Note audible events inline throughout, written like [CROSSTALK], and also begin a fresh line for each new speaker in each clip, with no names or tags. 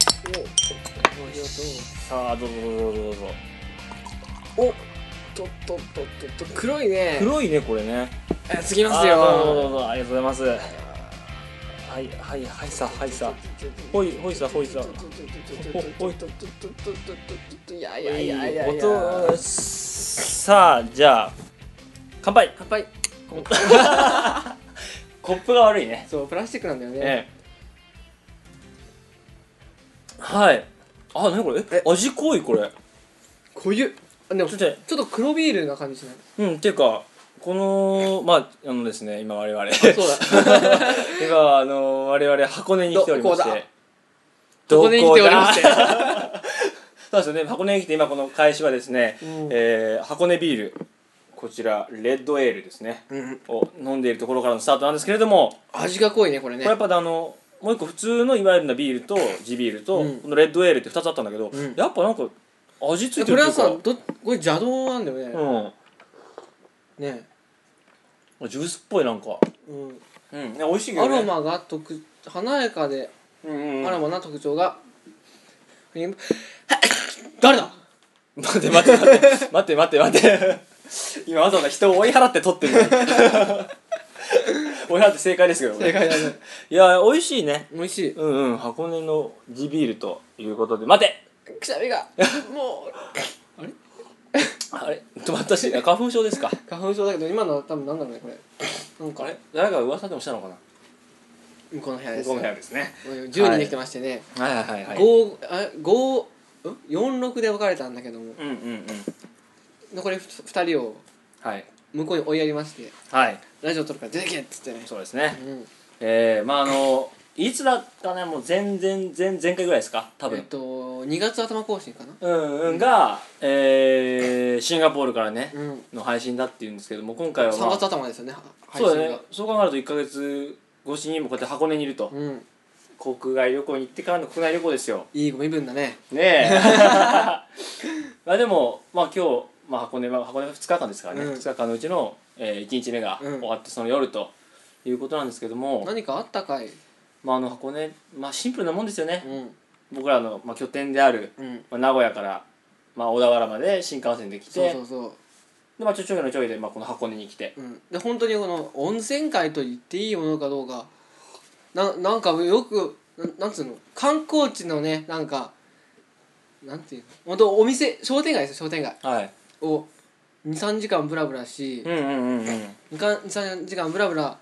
りがとう
さあどうぞどうぞどうぞ
おとっとっとっとっと黒いね
黒いねこれね
えー次
あ
ます
ーどうぞど
よ
うぞありがとうございますはいはいはいさはいさほいほいさほいさほほい
いやいやいやいやいや
音さあじゃあ乾杯
乾杯
コップが悪いね
そうプラスチックなんだよね
ええはいあ何これえ味濃いこれ
濃ゆあでも
ち
ち
ょ
ょ
っ
っ
と
と黒ビールな感じしない
うんっていうかこのまああのですね今我々
そうだ
[LAUGHS] 今あの我々箱根に来ておりまし
どこ
て
だここに来ておりまして
そうですよね箱根に来て今この開始はですね、
うん
えー箱根ビールこちらレッドエールですね
うん
を飲んでいるところからのスタートなんですけれども、
味が濃いねこれ
こ
ね
れやっぱあのもう一個普通のいわゆるなビールと地ビールと、
うん
このレッドエールって2つあったんだけど、
うん
やっぱなんか味付いて
こ
る
れ
ってい
は
うか
さどこれ邪道なんだよねね
うんジュースっぽいなんか
うん
うんね美味しいけ
ア
どね
ロマが特華やかで
うんうんうん
アロマな特徴がクリーム誰だ
待って待って待って待って待って待って [LAUGHS] 今わざわざ人を追い払って撮ってるのに [LAUGHS] 追い払って正解ですけど
正解だね
いや美味しいね
美味しい
うんうん箱根の地ビールということで待て
くしゃみ [LAUGHS] がも
あれ止まったし花粉症ですか
う花粉症だけど今のは多分なんだろうねこれなんか
あれ誰か噂でもしたのかな
向こうの部屋です
この部屋ですね
10人できてましてね
はいはいはいはい
5あ5ん46で分かれたんだけども
うんうんうん
残り2人を
はい
向こうに追いやりまして
はい
ラジオ撮るから出てけっつってね
そうですね
うん
えー、まああのいつだったねもう前前前前回ぐらいですか多
えっ
分、
と2月頭更新かな
うんうんが、えー、シンガポールからね、
うん
の配信だっていうんですけども今回は、ま
3
あ
月頭ですよねは配
そうだ
信
ね
が
そう考えると1か月越しにもこうやって箱根にいると、
うん
国外旅行に行ってからの国内旅行ですよ
いいご身分だね
ねえ
[LAUGHS]
まあでもまあ今日、まあ、箱根は箱根は2日間ですからね、
うん
2日間のうちの、え1日目が
うん
終わってその夜ということなんですけども、
何かあったかい
まあ、あの箱根、まあ、シンプルなもんですよね、
うん
僕らの、まあ、拠点である、
うん
まあ、名古屋から、まあ、小田原まで新幹線で来て
そうそうそ
で、まあ、ちょちょいのちょいで、まあ、この箱根に来て
う、うん、で本当にこの温泉街と言っていいものかどうかななんかよくななんつうの観光地のねなんかなんていうの本当お店商店街ですよ商店街
はい
を23時間ブラブラし
うんうんうんうん
23時間ブラブラ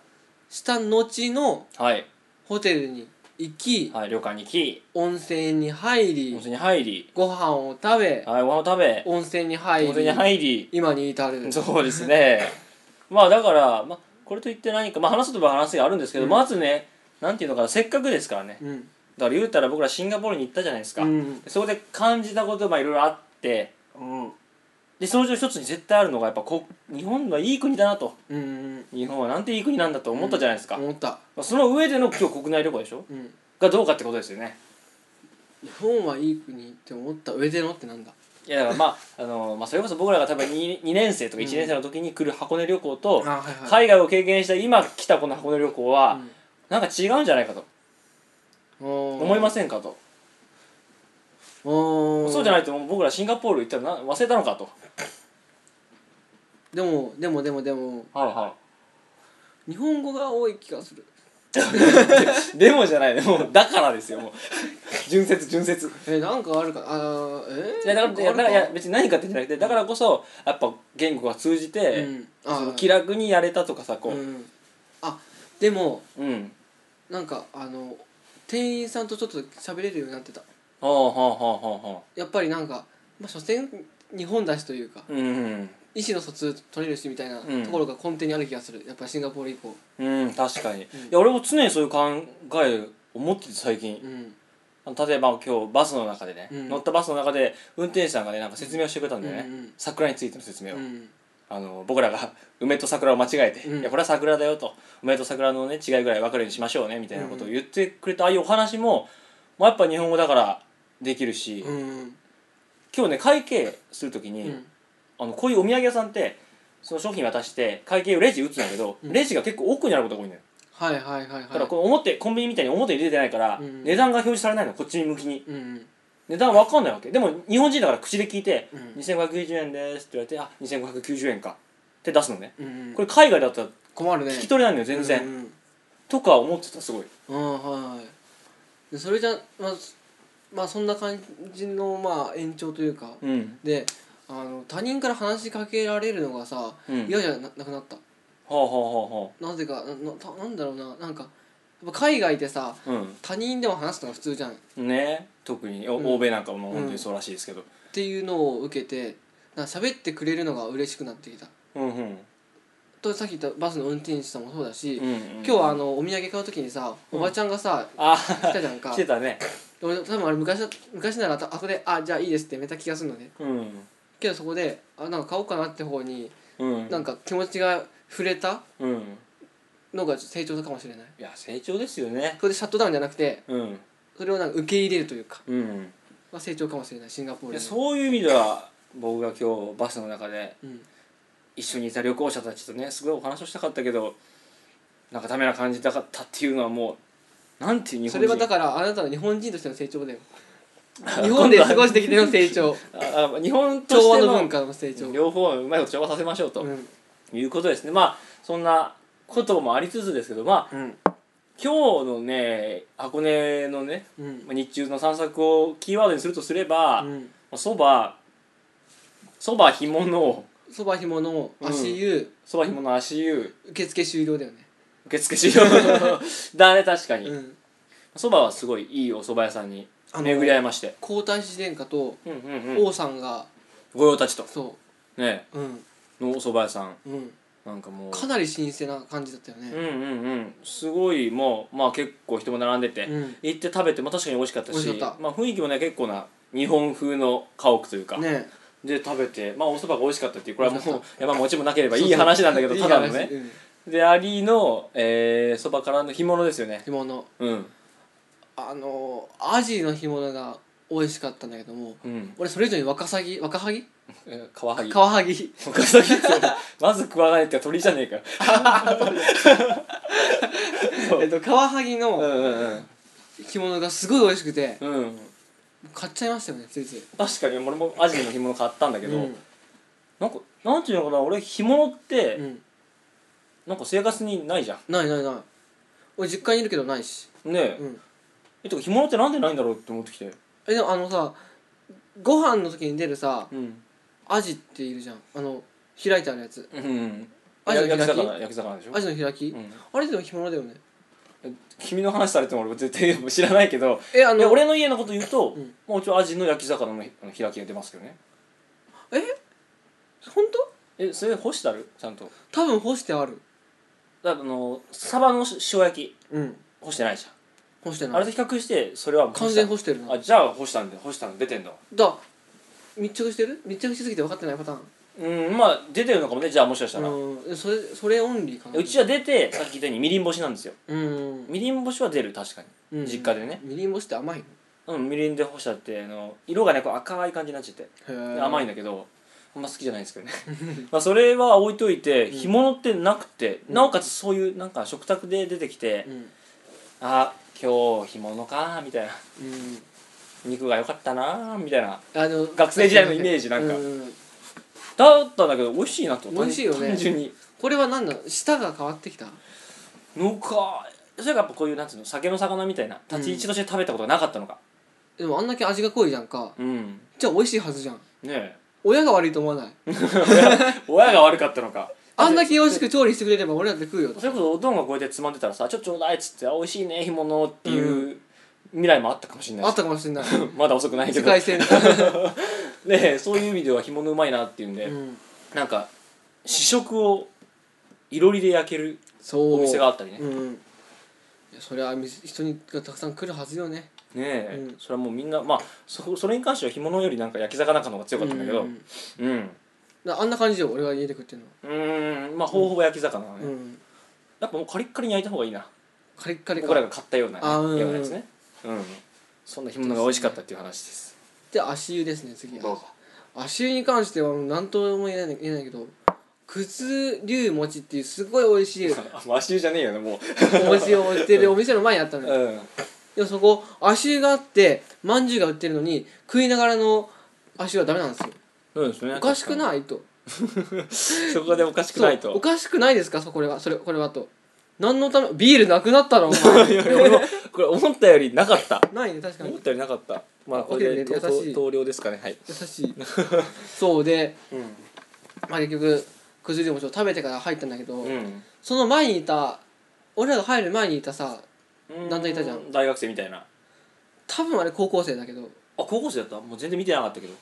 した後の
はい、
ホテルに行き
はい、旅館に行き
温泉に入
温
り
泉に入り、
ご飯を食べ
はい、ご飯を食べ
温泉に入
温泉に
り
入り
今に至る
そうですね [LAUGHS] まあだから、まあ、これといって何か、まあ、話すとば話があるんですけど、
うん
まずねなんていうのかなせっかくですからね
うん
だから言うたら僕らシンガポールに行ったじゃないですか、
うん
そこで感じたことがいろいろあって
うん
でそのうちの一つに絶対あるのがやっぱこ日本はいい国だなと
うん
日本はなんていい国なんだと思ったじゃないですか、
思った
まあその上での今日国内旅行でしょ
うん
がどうかってことですよね
日本はいい国って思った上でのってなんだ
いやだからまあ [LAUGHS] あの、まあ、それこそ僕らが多分 2, 2年生とか1年生の時に来る箱根旅行と、
あはいはい、
海外を経験した今来たこの箱根旅行は、
うん
なんか違うんじゃないかと思
思
いますせんかと、
そ
そうじゃないと僕らシンガポール行ったらな忘れたのかと
でもでもでもでも
はいは
日本語が多い気がする
いでもじゃないもうだからですよもう純説純説
えなんかあるかあーえー、
いやだからいやだからい
なん
や別に何かってんじゃなくてだからこそやっぱ言語が通じ
ある
て、
うん、
その
ー
気楽にやれたとかさこ
うんあでも
ううん
なんかあの店員さんとちょっと喋れるようになってた
ほうほうほうほうほ
やっぱりなんかまあ所詮日本だしというか
ううん
意思の疎通取れるしみたいな
うん
ところが根底にある気がするやっぱりシンガポール以降
うん確かに、
ん
いや俺も常にそういう考えを持ってて最近
うん
例えば今日バスの中でね、
うん
乗ったバスの中で運転手さんがねなんか説明をしてくれたんだよね、
うんうん
桜についての説明を、
うん
あの僕らが梅と桜を間違えて「
うん
いやこれは桜だよ」と「梅と桜のね違いぐらい分かるようにしましょうね」みたいなことを言ってくれたああいうお話も、まあ、やっぱ日本語だからできるし、
うん
今日ね会計する時
う
に、
ん
あのこういうお土産屋さんってその商品渡して会計をレジ打つんだけど、
うん
レジが結構奥にあることが多いんだよ
はいはいはい
だから
は
この表コンビニみたいに表に出てないから、
うん
値段が表示されないのこっちに向きに
いうん
値段わかんないわけでも日本人だから口で聞いて「
うん
2590円です」って言われて「あ2590円か」って出すのね
うんうん
これ海外だったら
困るね
聞き取れないのよ全然、
うん
とか思ってたすごい
うんうんはいでそれじゃまあそまあそんな感じのまあ延長というか
うん
であの他人から話しかけられるのがさ
うんは
嫌じゃななくなった
あはあは
なぜかななたなんだろうななんかやっぱ海外ってさ
あはあ
他人でも話すのが普通じゃんっ
うんね特にお
うん
欧米なんかも本当にそうらしいですけど
ていうのを受けてなんか喋ってくれるのが嬉しくなってきた
うんうん
とさっき言ったバスの運転手さんもそうだし、
うんうん
今日はあのお土産買う時にさおばちゃんがさ、
あ
来たじゃんか
来てたね
俺多分あれ昔だ昔ならあそこで「あじゃあいいです」ってやめた気がするのね
うん
けどそこであなんか買おうかなって方に
うん
なんか気持ちが触れた
うん
のが成長かもしれない
いや成長ですよね
それでシャットダウンじゃなくて
うん
それをなんか受け入れるというか、
うん
まあ、成長かもしれないシンガポー
い
ル
や
の
そういう意味では僕が今日バスの中で
うん
一緒にいた旅行者たちとねすごいお話をしたかったけどなんかダメな感じたかったっていうのはもうなんていう日
そ
本
れ
人
はだからあなたの日本人としての成長だよ日本で過ごしてきての成長
ああ日本と
[LAUGHS] 調
し
和
て
の
の
文化の成長
両方うまいこと調和させましょうと
うん
いうことですね、まあそんなこともありつつですけどまあ
うん
今日のね箱根のね
うん
まあ日中の散策をキーワードにするとすれば
うん
まあそばそば干物
そばひもの足湯、
そば干物足湯
受付終了だよね
受付しよ
[LAUGHS]
うだね確かに
うん
そばはすごいいいお蕎麦屋さんに
あの
巡り合いまして
皇太子殿下と
うんうんうん
王さんが、
御用達と
そ
ね
ううん
のお蕎麦屋さん
うん
なんかもう
かなり神聖な感じだったよ
うん
ね
うんうんすごいもうまあ結構人も並んでて、
うん
行って食べて、まあ、確かに美味しかったし
美味しかった
まあ、雰囲気もね結構な日本風の家屋というか、
ね
で食べて、まあ、お蕎麦が美味しかったっていうこれはも
美味し
う山も落ちもなければ
そう
い
そう
い話なんだけど
いい
ただの
話
ね
うん
でアリの、えー、蕎麦からの干物ですよね
干物
うん
あのーアジの干物が美味しかったんだけども
うん
俺それ以上にワカサギワカハギ
えーカワハギ
カワハギ
岡崎ってまず食わないって鳥じゃねえかよ
[LAUGHS]
そう
えっとカワハギ
う
の
んうん
干物がすごい美味しくて
うんうん
買っちゃいましたよねついつい
確かに俺もアジの干物買ったんだけど、
うん
なんかなんていうのかな俺干物って、
うん
なんか生活にないじゃ
ないないない俺実家にいるけどないし
んねえ、
うん
えてか干物ってなんでないんだろうって思ってきて
えでもあのさご飯の時に出るさ
うん
アジっているじゃんあの開いてあるやつ
うん
アジの
や
開
焼き
き
魚焼き魚でしょ
アジの開き、
うん
あれでも干物だよね
君の話されても俺絶対知らないけど
えあ
いや
の
俺の家のこと言うと、
うん
もう一応アジの焼き魚のあの開きが出ますけどね
本当
えそれ干してあるちゃんと
多分干してある
だからあのサバの塩焼き
うん
干してないじゃん
干して
あ
な
れ
い
と比較してそれは
完全に干してるな
あじゃあ干したんで干したんで出てんだ
だ密着してる密着しすぎて分かってないパターン
うんまあ出てるのかもねじゃあもしかしたら、
うんそれそれオンリーかな
うちは出てさっき言ったようにみりん干しなんですよ
うん、
みりん干しは出る確か
うん、
実家でね
みりん干しって甘い
に
の
うんみりんで干したってあの色がねこう赤い感じになっちゃって
へー
甘いんだけどあんま好きじゃないんですけどね [LAUGHS] まあそれは置いといて干物ってなくて、
うん
なおかつそういうなんか食卓で出てきて、
うん
あ今日干物かみたいな
うん
肉が良かったなみたいな
あの
学生時代のイメージなんか
うん
だったんだけど美味しいなと思った
美味しいよね
単純に
これは何なの舌が変わってきた
のかそれがやっぱこういうなんつうの酒の魚みたいな立ち位置として食べたことがなかったのか
でもあんだけ味が濃いじゃんか
うん、
じゃあ美味しいはずじゃん
ね
親が悪いと思わない
え親が悪かったのか
あんだけ美味しく調理してくれれば俺だって食うよ
それこそおどんがこうやってつまんでたらさ「ちょちょうだい」っつってあ「美味しいね干物」っていう未来もあったかもしれな
あ
[LAUGHS] い
っ
し
たかもしれない
まだ遅くないけ
世
ど
界
ね
線で、
えそういう意味では干物うまいなっていうんで、
うん、
なんか試食をいろりで焼ける
そう
お店があったりね
うんうんいやそれは店人にがたくさん来るはずよね
ねえ、
うん
それはもうみんなまあそそれに関しては干物よりなんか焼き魚かの方が強かったんだけど
う
うん
ん
うん
だあんな感じよ俺が家で食ってるのは、
んまあほぼほぼ焼き魚だね、
うん、
やっぱもうカリッカリに焼いた方がいいな
カリッカリ
僕ら
か
が買ったような
あーうん
ようなやつねうんそんな干物が美味しかったっていう話です
で足湯ですね次
どうぞ
足湯に関してはもう何とも言えない言えないけどくず龍餅っていうすごい美味しい
足湯じゃねえよねもう
お餅を売ってるお店の前にあったのよ
[LAUGHS] うん
でもそこ足湯があってまんじゅうが売ってるのに食いながらの足湯はダメなんですよ
そうですね
おかしくないと
そこでおかしくない
そうお
と
かしくないですかそこれはそれこれはと何のためビールなくなったらお前
いや俺もこれ思ったよりなかった
ないね確か
思
に
ったよりなかったまあこ
お
れで
昼
と
寝で優しい
と投了ですかねはい
優しいそうで、
うん
まあ、結局くずり餅を食べてから入ったんだけど、
うん
その前にいた俺らが入る前にいたさ団体いたじゃん
大学生みたいなあ
多分あれ高校生だけど
高校生だったもう全然見てなかったけど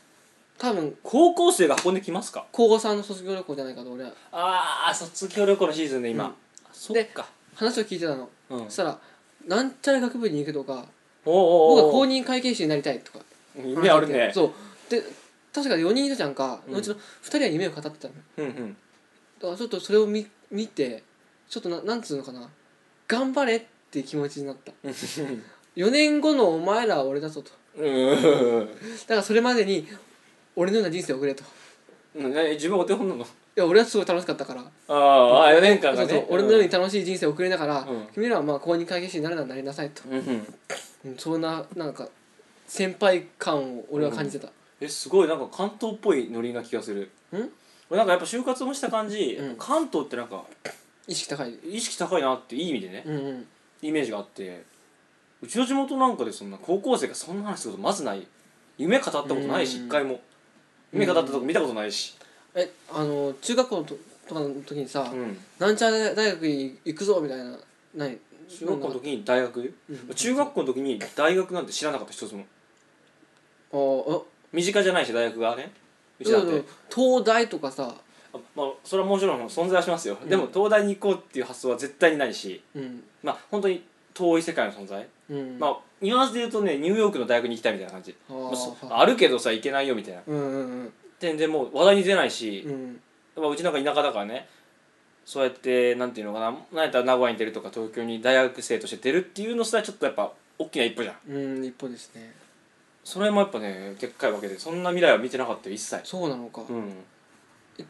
多分
高校生が運んできますか
高校さんの卒業旅行じゃないかと俺は
ああ卒業旅行のシーズンで今、
うん
そっか
話を聞いてたの、
うん
そしたら「なんちゃら学部に行く」とか「
おう
僕は
おう
公
う
認会計士になりたい」とか
夢あるね
そうで確か4人いたじゃんか、
うん
のうちの2人は夢を語ってたのだ
うんうん
からちょっとそれを見見てちょっとななんつうのかな頑張れって気持ちになった4年後のお前らは俺だぞと
うん
だからそれまでに俺のような人生を送れとい
うんね自分お手本なの
や俺はすごい楽しかったから
あーあー4年間
そ
が
うそう
ね
俺のように楽しい人生を送りながら、
うん
君らはまあ公認会計士になるならなりなさいと、
うんうん
うんそんななんか先輩感を俺は感じてた、
えすごいなんか関東っぽいノリな気がする
ん
俺なんかやっぱ就活もした感じ、
うん
関東ってなんか
意識高い
意識高いなっていい意味でね
うんうん
イメージがあってうちの地元なんかでそんな高校生がそんな話することまずない夢語ったことないし
うん
一回も夢語ったとこ見たことないし
えあの中学校のととかの時にさ、
うん
なんちゃら大学に行くぞみたいなない
中学校の時に大学
うん
中学校の時に大学なんて知らなかった一つも
ああ
身近じゃないし大学がねうち
そ
だ
う
っ
そう
て
東大とかさ、
あまあそれはもちろん存在はしますよ
うん
でも東大に行こうっていう発想は絶対にないし
うん
まあ本当に遠い世界の存在
うん、
まあニュアンスで言うとねニューヨークの大学に行きたいみたいな感じ
あ
まあそ
ーは
あるけどさ行けないよみたいな
うんうん
全然もう話題に出ないし
うんうん
まあ、うちなんか田舎だからねそうやってなんていうのかななんやったら名古屋に出るとか東京に大学生として出るっていうのすらちょっとやっぱ大きな一歩じゃん
うん一歩ですね
それもやっぱねでっかいわけでそんな未来は見てなかったよ一切
そうなのか、
うん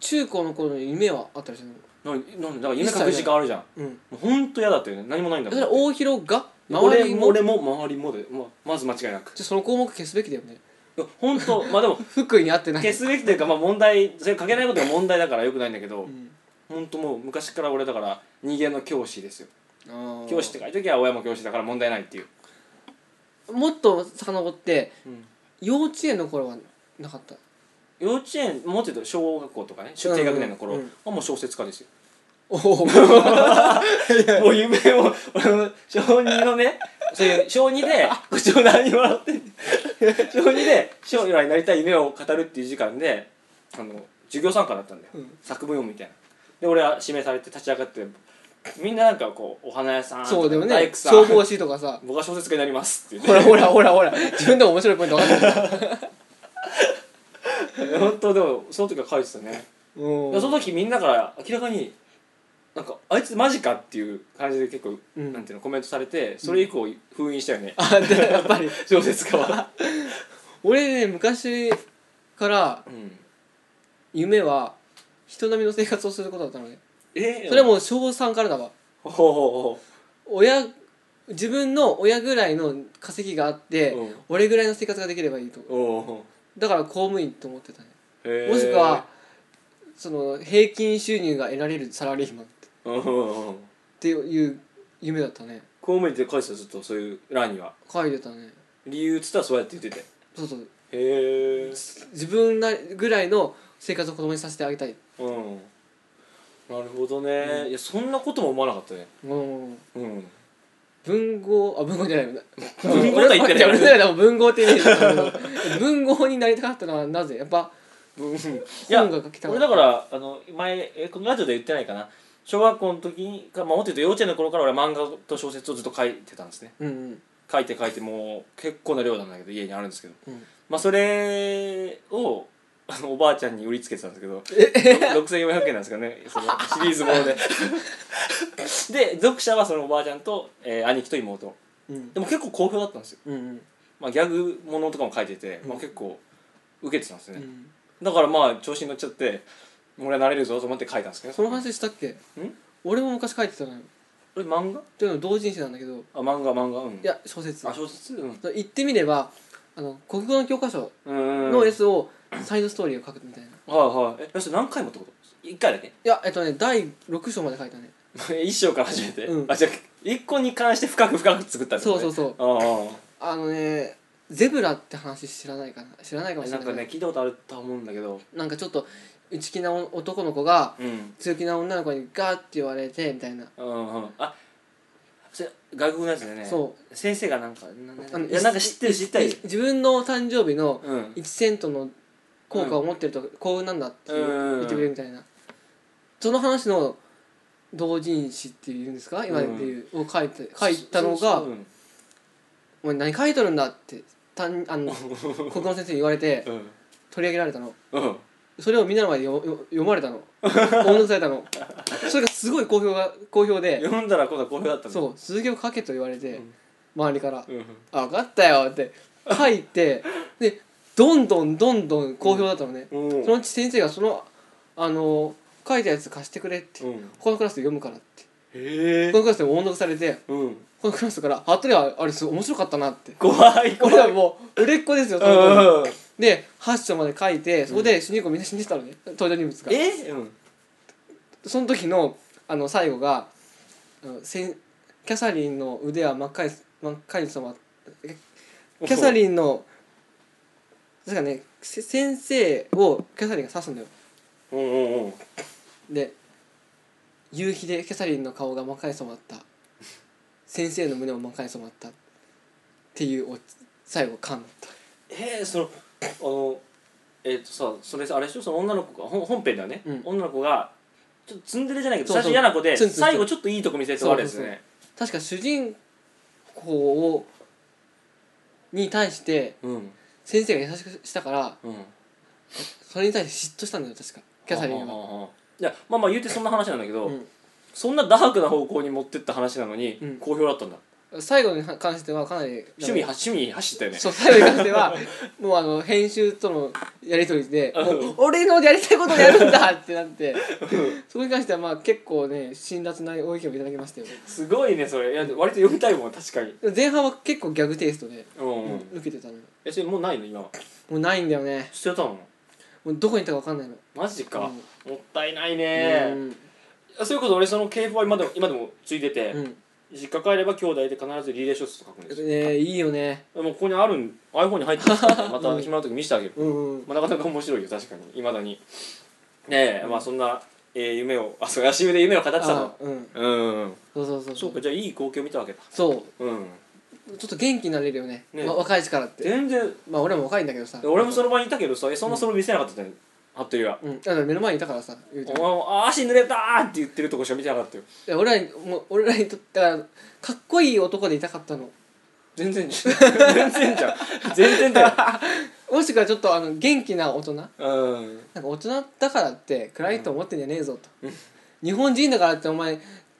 中高の頃の夢はあったりするの
なんなんだから夢書く時間あるじゃん
うん
もうほんと嫌だったよね何もないんだ
だ
も
か
ん
ら大広が周
俺
り
も
も
俺も周りもで、まあ、まず間違いなく
じゃあその項目消すべきだよね
いやほんと [LAUGHS] まあでも
福井に合ってない
消すべきというかまあ問題それ書けないことが問題だからよくないんだけ
う
ど
ん
ほんともう昔から俺だから人間の教師ですよ
あー
教師って書いときは親も教師だから問題ないっていう、
もっと遡って
うん
幼稚園の頃はなかった
幼稚園もっと言うと小学校とかね小低学年の頃
う
は
んうん
もう小説家ですよ
お [LAUGHS] お
もう夢を俺の小2の
[LAUGHS]
ねそういう小2でこっちも何笑ってんの小2で将来になりたい夢を語るっていう時間であの授業参加だったんだよ、
うん
作文読むみたいなで俺は指名されて立ち上がってみんななんかこうお花屋さんとか
そうだよ
大
ね
工さん
消防士とかさ
僕は小説家になりますって言
ほらほらほらほら [LAUGHS] 自分でも面白いポイント分かった
って本当でもその時は書いてたね
う
その時みんなから明らかになんかあいつマジかっていう感じで結構、
うん
なんていうのコメントされてそれ以降封印したよね、
あでやっぱり
小説家は、
俺ね昔から
うん、
夢は人並みの生活をすることだったのね
[LAUGHS] え
それはもう小3からだわ
ほうほうほ
親自分の親ぐらいの稼ぎがあって、
うん
俺ぐらいの生活ができればいいと
うおうほ
だから公務員と思ってたね、
うへー
もしくはその平均収入が得られるサラリーマンっ
うんうんうん
ていう夢だったね
公務員って書いてたずっとそういう欄には
書いてたね
理由っつったらそうやって言ってて
そうそう
へえ
自分なりぐらいの生活を子供にさせてあげたい
うんなるほどね、いやそんなことも思わなかったね
うん
[LAUGHS] うん
文豪あ文豪じゃないよね
文豪とは言ってないよ
俺らでも文豪ってイメージだけど文豪になりたかったのはなぜやっぱ
いや
本が書きたか
俺
った
だからあの前えこのラジオで言ってないかな小学校の時にか、まあ、もっと言うと幼稚園の頃から俺は漫画と小説をずっと書いてたんですね
うんうん
書いて書いてもう結構な量なんだけど家にあるんですけど、
うん
まあそれをあのおばあちゃんに売りつけてたんですけど6400円なんですかねそのシリーズものでで読者はそのおばあちゃんと、えー兄貴と妹
うん
でも結構好評だったんですよ、
うんうん
まあ、ギャグものとかも書いてて、まあ、結構受けてたんですね、
うん
だからまあ調子に乗っちゃって俺はなれるぞと思って書いたんですけど
その話したっけ俺も昔書いてたのよっ
これ漫画
ていうの同人誌なんだけど
あ漫画漫画うん
いや小説
あ小説うん
言ってみればあの国語の教科書
うん
の S をサイドストーリーを書くみたいな、い
はいはいえそれ何回もってこと一回だけ [LAUGHS]
やえっとね第6章まで書いたね
一章から始めて、
うん
あじゃあ一個に関して深く深く作ったんです
そう
ね
そうそう
ああ
あのねゼブラって話知らないかな知らないかもしれ
な
なんい
かね
けど
聞いたことあると思うんだけど
なんかちょっと内気な男の子が
うん
強気な女の子にガーって言われてみたいな、
うんうんあそれ外国のやつだよね
そう
先生がなんかな
あ
な
の
いやなんか知ってる知ってる
自分の誕生日の
うん
1セントの効果を持ってると幸運なんだって言ってくれるみたいなその話の同人誌っていうんですか今でいうを書いて書いたの
う
が
ん
「お前何書いとるんだ」ってたん
[LAUGHS]
あの国語の先生に言われて
うん
取り上げられたの
うん
それをみんなの前でよよ読まれたの音読さ
[LAUGHS]
れたのそれがすごい好評が好評で
読んだら今度は好評だったんだ
そう続きを書けと言われて
うん
周りから
うん
「あ分かったよ」って書いてでどんどんどんどん好評だったのね
うん
そのうち先生がそのあの書いたやつ貸してくれって
うん
他のクラスで読むからって
へえ
他のクラスで音読されて
うん
他のクラスから「服部はあれすごい面白かったな」って
怖い
俺
怖い
はもう売れっ子ですよその頃
うん
で8章まで書いてそこで主人公みんな死んでたのね登場人物が
えうん
その時のあの最後があのせんキャサリンの腕は真っ赤に真っ赤に染まっキャサリンのだからねせ先生をキャサリンが刺すんだよ
うんうんうん
で夕日でキャサリンの顔が真っ赤に染まった先生の胸も真っ赤に染まったっていうお最後感だった
えー、そのあのえっ、とさそれさあれでしょその女の子がほん本編だよね、
うん
女の子がちょっとツンデレじゃないけど
そう
最初嫌な子で
ツンツンツン
最後ちょっといいとこ見せるとこあるやつだよね
確か主人公をに対して
うん
先生が優しくしたから
うん
それに対して嫉妬したんだよ確かキャサリンは。
はいやまあまあ言うてそんな話なんだけど、
うん
そんなダークな方向に持ってった話なのに、
うん
好評だったんだ
最後に関してはかなり
趣味は趣味走ってたよね
そう最後に関しては
[LAUGHS]
もうあの編集とのやり取りでもう俺のやりたいことやるんだってなってそこに関してはまあ結構ね辛辣なお意見をいただきましたよ
すごいねそれいや割と読みたいもん確かに
前半は結構ギャグテイストで、
うん、うん
受けてたのよ
えそれもうないの今は
もうないんだよね
捨てたの
もうどこに行ったか分かんないの
マジか、もったいないうね、
ん
あそういうこと俺その系譜は今でも今でもついてて、
うん
実家帰れば兄弟で必ずリレー小説と書くんですよ
ねいいよね
でもここにあるん iPhone に入ってる [LAUGHS] からまた暇な時見せてあげる、
うんうん
まあ、なかなか面白いよ確かにいまだにねえ、まあそんな、えー夢をあそう足湯で夢を語ってた
あ
の
うん
うん
そうそうそう
そうかじゃあいい光景を見たわけだ
そ
うん
うちょっと元気になれるよね
ね
わ若い力って
全然
まあ俺も若いんだけどさ
俺もその場にいたけどさえそんなそれ見せなかったじゃん服部が
うん、だから目の前にいたからさ言うても
おあ足濡れたーって言ってるとこしか見てなかったよ
いや俺らにもう俺らにとってはかっこいい男でいたかったの
全然 [LAUGHS] 全然じゃん全然だよ
もしくはちょっとあの元気な大人なんか
うん
大人だからって暗いと思ってんじゃねえぞと、日本人だからってお前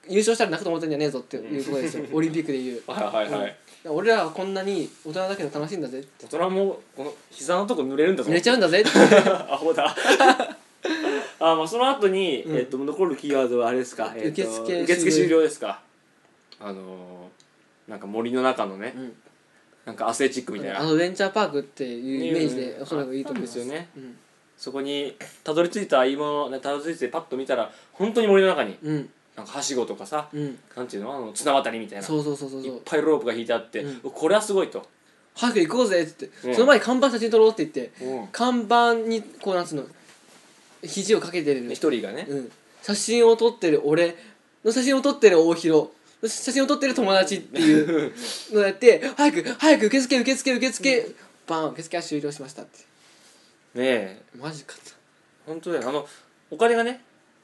優勝したら泣くと思ってんじゃねえぞっていうところですよ
[LAUGHS]
オリンピックで言う
はいはいはい、
俺らはこんなに大人だけど楽しいんだぜ
大人もこの膝のとこ濡れるんだぞ
濡れちゃうんだ
[LAUGHS]
ぜ
アホ
[LAUGHS]
だあまあその後に、
うん
えっと残るキーワードはあれですか、えっと
受付
受付終了ですかあのー、なんか森の中のね、
うん
なんかアスレチックみたいな、
アドベンチャーパークっていうイメージ
ね
でおそらくいいと思います
あったんです
よね
そこにたどり着いた今ねたどり着いてパッと見たら本当に森の中に
うんうん
なんかはしごとかさ
うん
なんていうのあの綱渡りみたいな
そうそうそうそう
い
そ
っ
う
ぱいロープが引いてあって、
う
これはすごいと、
早く行こうぜっつって、
うん
その前に看板写真撮ろうって言って
うん
看板にこうなんつうの肘をかけてる、
一人がね、
うん、写真を撮ってる俺の写真を撮ってる大広の写真を撮ってる友達っていうのをやって早く早く受付受付受付、バーン受付は終了しましたって
ねえ
マジかと
本当だよあのお金がね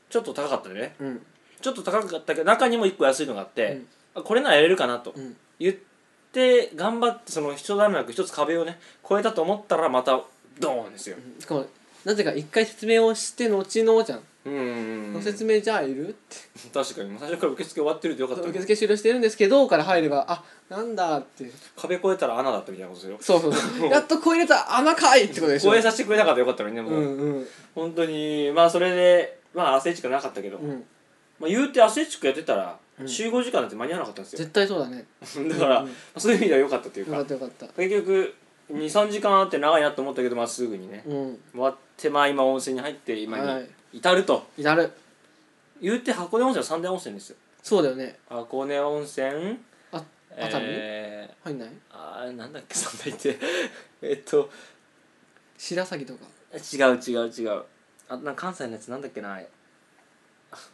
ちょっと高かったよね
うん
ちょっと高かったけど中にも一個安いのがあって、あこれならやれるかなと
うん
言って頑張ってその一段落一つ壁をね越えたと思ったらまたドーンですよ、
しかもなぜか一回説明をして後のじゃん、
うんうんう
の
ん
説明じゃあいるって
確かにもう最初から受付終わってるでよかった
受
ね
付終了してるんですけどから入ればあなんだって
壁越えたら穴だったみたいなことですよ
そうそう [LAUGHS] そうやっとこれ入れた穴かいってことでしょ
越えさせてくれなかったらよかったのにね
う
も
ん
う、
うん
本当にまあそれでまあアスレチックなかったけど、
うん
まあ、言うてアスレチックやってたら
うん
集合時間なんて間に合わなかったんですよ、
絶対そうだね
[LAUGHS] だから、
うんうん
そういう意味では良かったという
よ
か
かったよかった
結局23時間あって長いなと思ったけどまあすぐにね
うん
終わってまあ今温泉に入って今
は
に
い
至ると、
やる
言うて箱根温泉は三大温泉ですよ
そうだよね
箱根温泉
あ熱海、
えー、
入んない
あーなんだっけ三大って [LAUGHS] えっと
白鷺とか
違う違う違うあなんか関西のやつなんだっけなあれあちょっ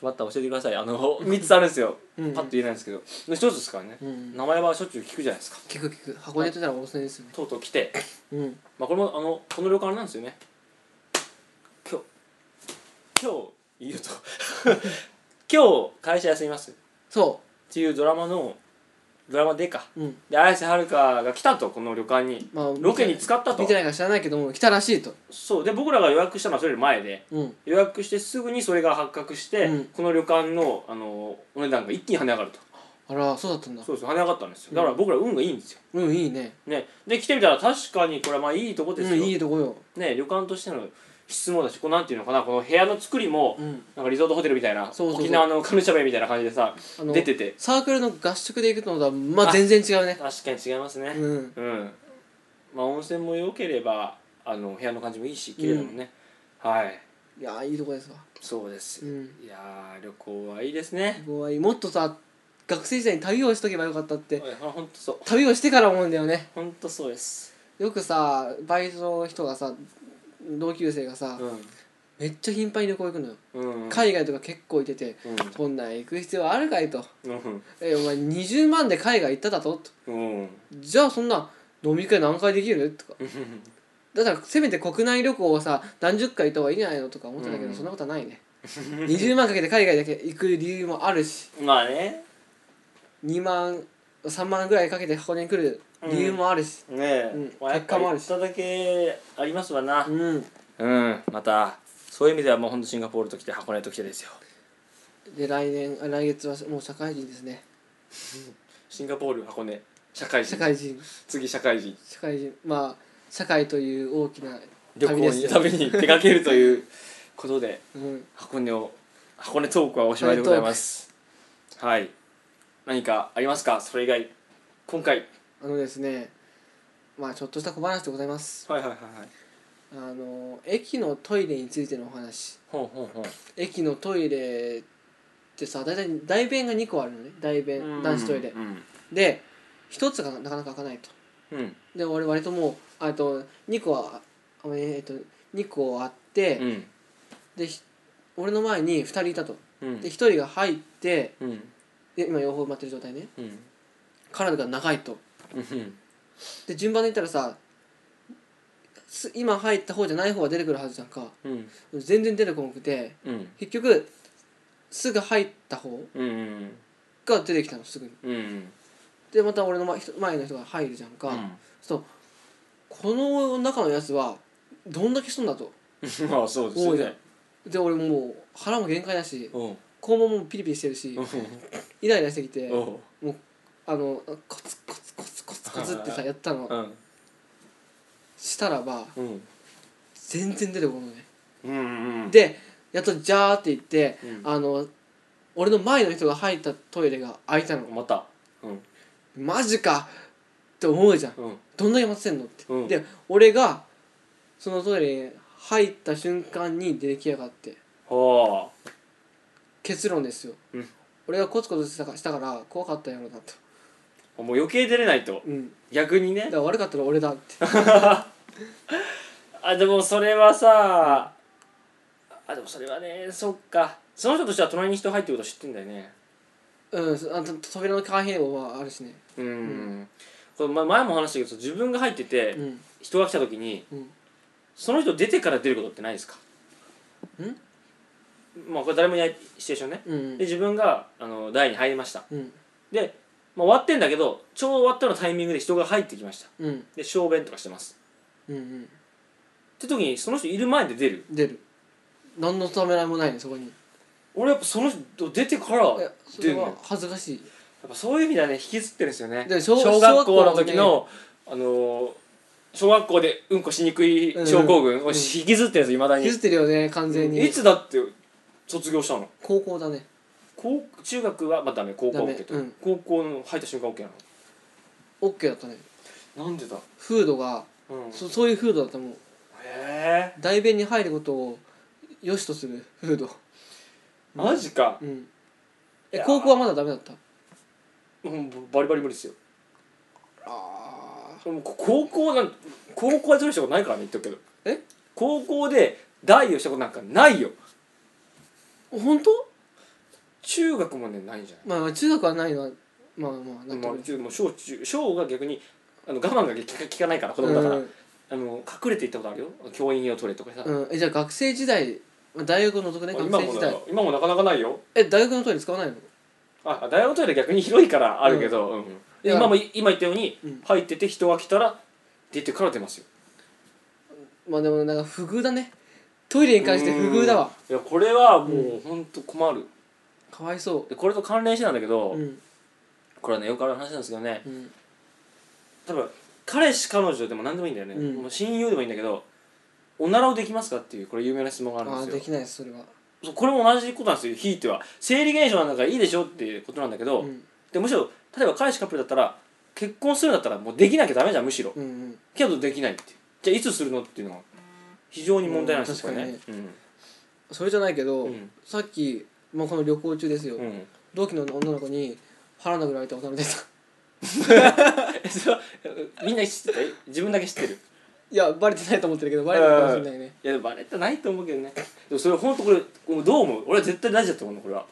と待った教えてくださいあ
[LAUGHS]
の3つあるんですよ、
うん
パッと言えないんですけど一つですからね、
うん
名前はしょっちゅう聞くじゃないですか
聞く聞く箱根とたら温泉ですよね
とうとう来て
うん
まあこれもあのこの旅館なんですよね今日今日いいよと [LAUGHS] 今日会社休みますっ
そ
ていうドラマのドラマでか
ううん
で綾瀬はるかが来たとこの旅館に
まあ
ロケに使ったと
見てないから知らないけども来たらしいと
そうで僕らが予約したのはそれより前で
うん
予約してすぐにそれが発覚して、
うん
この旅館のあのお値段が一気に跳ね上がると
あらそうだったんだ
そうです跳ね上がったんですよだから僕ら運がいいんですよ、
うんいいね
ね、で来てみたら確かにこれはまあいいとこ
う
ですよ、
んいいとこよ
ね、旅館としての質もだしこうなんていうのかなこの部屋の作りも
うん
なんかリゾートホテルみたいな
そうそうそう
沖縄のカヌシャベみたいな感じでさ
あの
出てて
サークルの合宿で行くのとはまあ全然違うね
確かに違いますね
うん
うん、まあ温泉も良ければあの部屋の感じもいいし綺麗だもんね、はい
いやーいいとこですわ
そうです、
うん
いやー旅行はいいですね
すごいもっとさ学生時代に旅をしとけばよかったって
あ本当そう
旅をしてから思うんだよね
本当そうです
よくさバイトの人がさ同級生がさ、
う
めっちゃ頻繁に旅行行くのよ、
んうん
海外とか結構行ってて
うん
こんなん行く必要あるかいと
うん
「えお前20万で海外行っただと?」と
うん
「じゃあそんな飲み会何回できる?」
[LAUGHS]
とか「だからせめて国内旅行をさ何十回行った方がいいんじゃないの?」とか思ってたけど、
うん
そんなことはないね20万かけて海外だけ行く理由もあるし
まあね
2万3万ぐらいかけて箱根に来る理由もあるし
ねえ、
うん
まあ、やっぱ
結果
り
もあ
行
る
っ
した
だけありますわな
うん、
うんまたそういう意味ではもうほんとシンガポールと来て箱根と来てですよ
で来年あ来月はもう社会人ですね
シンガポール箱根社会人
社会人
次社会人
社会人まあ社会という大きな
旅行
旅です
に
よ
旅に出かけるということで
うん
箱根を箱根トークはおしまいでございますはい何かありますかそれ以外今回
あのですねまあちょっとした小話でございます
はいはいはいはい
あの駅のトイレについてのお話
ほうほうほう
駅のトイレってさ大体大便が2個あるのね大便男子トイレ
うん
で1つがなかなか開かないと
うん
で俺割ともうあと2個はあえっと2個あって、
うん
でひ俺の前に2人いたと
うん
で1人が入って
うん
で今両方埋まってる状態ね
うん
彼女が長いと
うん
で順番で言ったらさす今入った方じゃない方が出てくるはずじゃんか
うん
全然出てこなくて
うん
結局すぐ入った方
うん
が出てきたのすぐに
うん
でまた俺の前人前の人が入るじゃんか、そうこの中のやつはどんだけしとんだと
まあそうですよ
多いじゃ
ね
んで俺もう腹も限界だし
おう
肛門もピリピリしてるし
おう
イライラしてきて
おう
あのコツコツコツコツコツってさやったの
うん
したらば
うん
全然出てこないね
うんうん
でやっと「じゃー」って言って、
うん
あの俺の前の人が入ったトイレが開いたの
またうん
マジかって思うじゃん
うん
どんだけ待ってんのって、
うん
で俺がそのトイレに入った瞬間に出てきやがって
はあ
結論ですよ、
うん
俺がコツコツしたかしたから怖かったんやろなと、
もう余計出れないと
うん、
逆に
だ
ね
から悪かったら俺だって
あでもそれはさあでもそれはねそっかその人としては隣に人入ってること知ってんだよね
うんそあと扉の開閉はあるしね
うんこれま前も話したけど自分が入ってて
うん
人が来た時に
うん
その人出てから出ることってないですかまあこれ誰もいないシチュエーションね
う
で
ん
自分があの台に入りました
うん
で、まあ、終わってんだけどちょうど終わったのタイミングで人が入ってきました
うん
で小便とかしてます
うんうん
って時にその人いる前で出る
出る何のためらいもないねそこに
俺やっぱその人出てから
いやそ
出
れ
るのよ
は恥ずかしい
やっぱそういう意味ではね引きずってるんですよね
で
小
小
学校の時
小学
の、あのー小学校でうんこしにくい症候群を引きずってるんですいまだに
譲ってるよね完全に、
いつだって卒業したの
高校だね
高中学はまあダメ高校
ダメ
OK と、
うん
高校の入った瞬間 OK な
OK だったね
のなんでだ、
フードが
うん、へ
そそういうフードだったもん
え
代弁に入ることを良しとするフード
マジか、
うん
い
え
や
高校はまだダメだった
うん、バリバリ無理ですよ
あ
もう高校なん高校はずるしたことないからね言っとくけど
え
高校で代をしたことなんかないよ
あ本当
中学もねないんじゃない
まあまあ中学はないのはまあまあ納
まあ
得、
ちょもう小中小が逆にあの我慢が効か効かないから子供だから、
うん
あの隠れていったことあるよ教員を取れとかさ、
うん、えじゃあ学生時代まあ大学の特ね
あ
学
今
生
も
時
だ
代
今もなかなかないよ
え大学のトイレ使わないの
ああ大学トイレ逆に広いからあるけど、うん
いや
今も今言ったように、
うん
入ってて人が来たら出てから出ますよ
まあでもなんか不遇だねトイレに関して不遇だわ
いやこれはもう本当困る、
かわいそ
でこれと関連してなんだけど、
ううん
これはねよくある話なんですけどね
うん
多分彼氏彼女でも何でもいいんだよね、
うん
もう親友でもいいんだけどおならをできますかっていうこれ有名な質問がある
ああ
んで
です
よ
きないですそれは
そうこれも同じことなんですよひいては生理現象なんだからいいでしょっていうことなんだけど、
うん
でむしろ例えば彼氏カップルだったら結婚するんだったらもうできなきゃダメじゃんむしろ
うんうん
けどできないっていうじゃあいつするのっていうのは非常に問題なんですよ
うん
これね
確それじゃないけど、
うん
さっき、まあ、この旅行中ですよ、
うん、うん、 [LAUGHS]
同期の女の子に腹殴られたことあるんです
えそれは [LAUGHS] みんな知ってた自分だけ知ってる
いやバレてないと思ってるけどバレてるかもしれないね
いやバレてないと思うけどねでもそれ本当これこれどう思う俺は絶対大事だと思うのこれは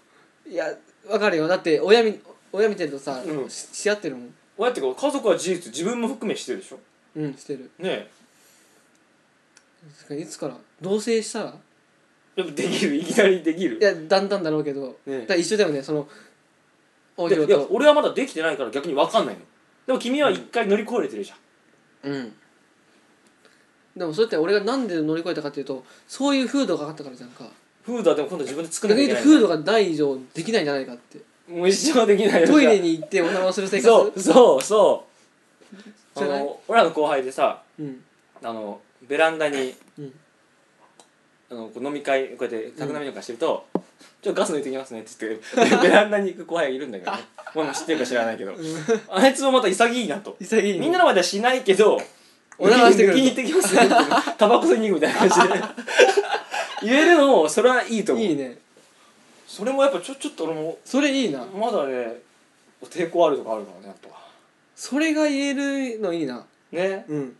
い
やわかるよだって親見親見てるとさ、
うん
しし合ってるもん
親ってか家族は事実自分も含めしてるでしょ
うんしてる
ね
いつから同棲したら
えやっぱできるいきなりできる
いやだんだんだろうけど、
ねえ
だから一緒だよねその大
でい
広
や
と
俺はまだできてないから逆に分かんないのでも君は一回乗り越えれてるじゃん、
うんでもそれって俺がなんで乗り越えたかっていうとそういう風土があったからじゃんか
フードはでも今度自分で作ん
逆
なきゃ
に
い
言
け
う
ない
と風土がない以上できないんじゃないかって
もう一生できないよ
トイレに行っておならをする生活
そうそうそう
じ
あ
ゃない
の俺らの後輩でさ
うん
あのベランダに、
うん
あのこう飲み会こうやって宅飲みとかしてると「ちょっとガス抜いてきますね」って言ってベランダに行く後輩がいるんだけど
[LAUGHS]
ね俺も知ってるか知らないけどあいつもまた潔いなと
潔い
みんなの前ではしないけど
おならしてく
抜
る
きに行ってきますねってタバコ吸いに行くみたいな感 [LAUGHS] じで言えるのもそれはいいと思う
いいね
それもやっぱちょちょっと俺も
それいいな
まだね抵抗あるとかあるからねやっぱ
それが言えるのいいな
ね
うん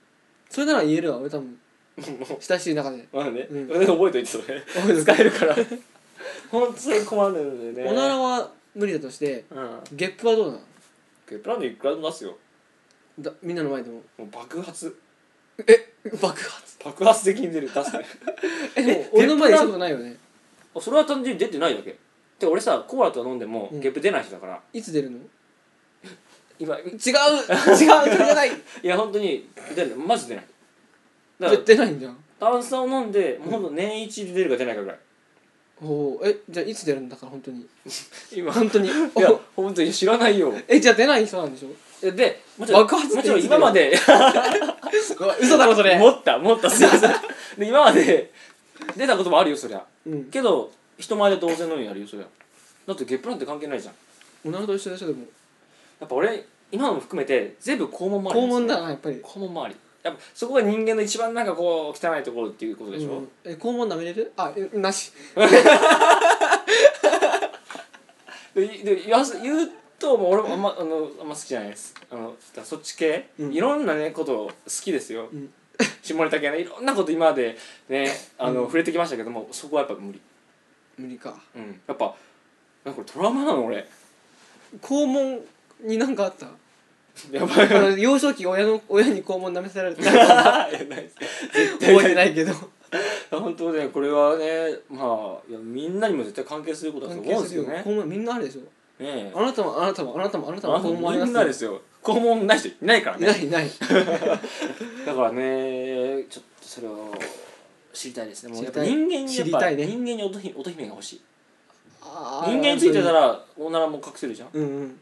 それなら言えるわ俺多分
も
親しい中 [LAUGHS] で
うまあね、
うん
覚えといてそれ
覚えとく
使えるから本当に困るんでね
おならは無理だとして
うん
ゲップはどうなの
ゲップなんでいくらでも出すよ
だみんなの前でも
もう爆発
[LAUGHS] 爆発
爆発的に出る出すね
えでも
え
俺の前
ゲップは
でしたことないよね
[LAUGHS] あそれは単純に出てないだけで俺さコーラとか飲んでも
うん
ゲップ出ない人だから、
いつ出るの
今い
[LAUGHS] 違う違うそれじゃ [LAUGHS] ない
や本当に出ないマジ出ないだか
出
ら
てないんじゃん
炭酸を飲んでもうほんと年一で出るか出ないかぐらい
おおえじゃあいつ出るんだから本当に
今
本当に
いや
[LAUGHS] お
[LAUGHS] 本当に知らないよ
えじゃあ出ない人なんでしょ
でもちろん
爆発って
もちろん今まで
[LAUGHS] 嘘だろそれ
持った持ったすいません [LAUGHS] で今まで出たこともあるよそりゃ
うん
けど人前で当然のようにやるよそりゃだってゲップなんて関係ないじゃん
おならと一緒でしょでも
やっぱ俺今のも含めて全部肛門周り
肛門
なん
だ
で
なやっぱり
すね肛門周りやっぱそこが人間の一番なんかこう汚いところっていうことでしょ、
うんえ肛門舐めれるあえなし
でいで言わす言うともう俺もあんまあのあんま好きじゃないですあのだからそっち系、
うん
いろんなねこと好きですよ、
うん
下ネタ系ねいろんなこと今までねあの、触れてきましたけどもそこはやっぱ無理
無理か
うんやっぱなんかこれトラウマなの
[LAUGHS]
俺
肛門になんかあった
やばい
あの幼少期親の親に肛門舐めされてた覚えてないけど
本当ねこれはねまあいやみんなにも絶対関係することだと
関
思う
係
んですす
る
よ
よ
ねね
肛門みんなあるでしょ
え
あなたもあなたもあなたもあなたも
あ
肛門あ
み
ります
ん
よ
なですよ肛門ない人いないから
いな
ね
いいない
だからねれちょっとそれを知りたいですねもうやっぱ
知りたい
人間にや
知
っ
り
ぱ
たいね
人間に乙姫乙姫が欲しい
あー
人間についてたらおならも隠せるじゃん
うんうん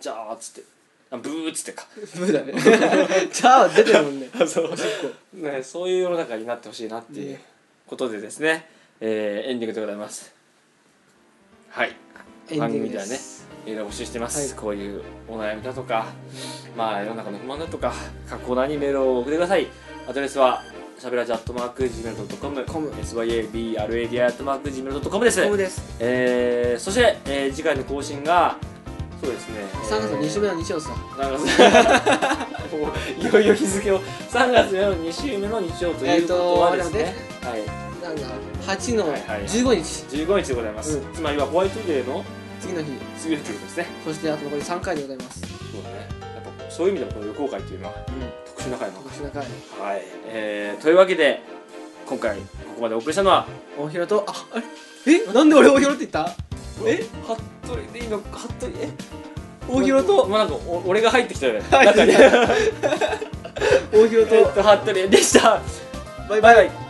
じゃあっつってあブーっつってか
ブーだねじゃあ出てるもんね
[LAUGHS] そう [LAUGHS] ねそういう世の中になってほしいなっていう
ね
ことでですね、えーエンディングでございますはい
エンディ
番
ング
組で
で
はね
す
いろいろ募集してます、
は
こういうお悩みだとかまあ世の中の不満だとか各コーナーにメールを送ってくださいアドレスはしゃべらじアットマーク Gmail.com
com
syabradio アットマーク Gmail.com です
コムです
えー、そして、えー、次回の更新がそうですね
3月の2週目
の
の日曜さ
3月 [LAUGHS] もういよいよ日付を3月の2週目の日曜ということはですね、はい、
なんだ8の
はいはい
15日
15日でございます、
う
つまりはホワイトデーの
次の日
次の日ということですね
そしてあと残り3回でございます
そうだねやっぱそういう意味でもこの旅行会っていうのは特殊な会なの
特殊な回
はい、えー、というわけで今回ここまでお送りしたのは
大広とああれえなんで俺大広って言ったえ
服部でいいのか服部え
大広と
まあなんかお俺が入ってきたよね
入ってきた
中に
大広
えっと
と
服部でした
バイバイ
バイバイ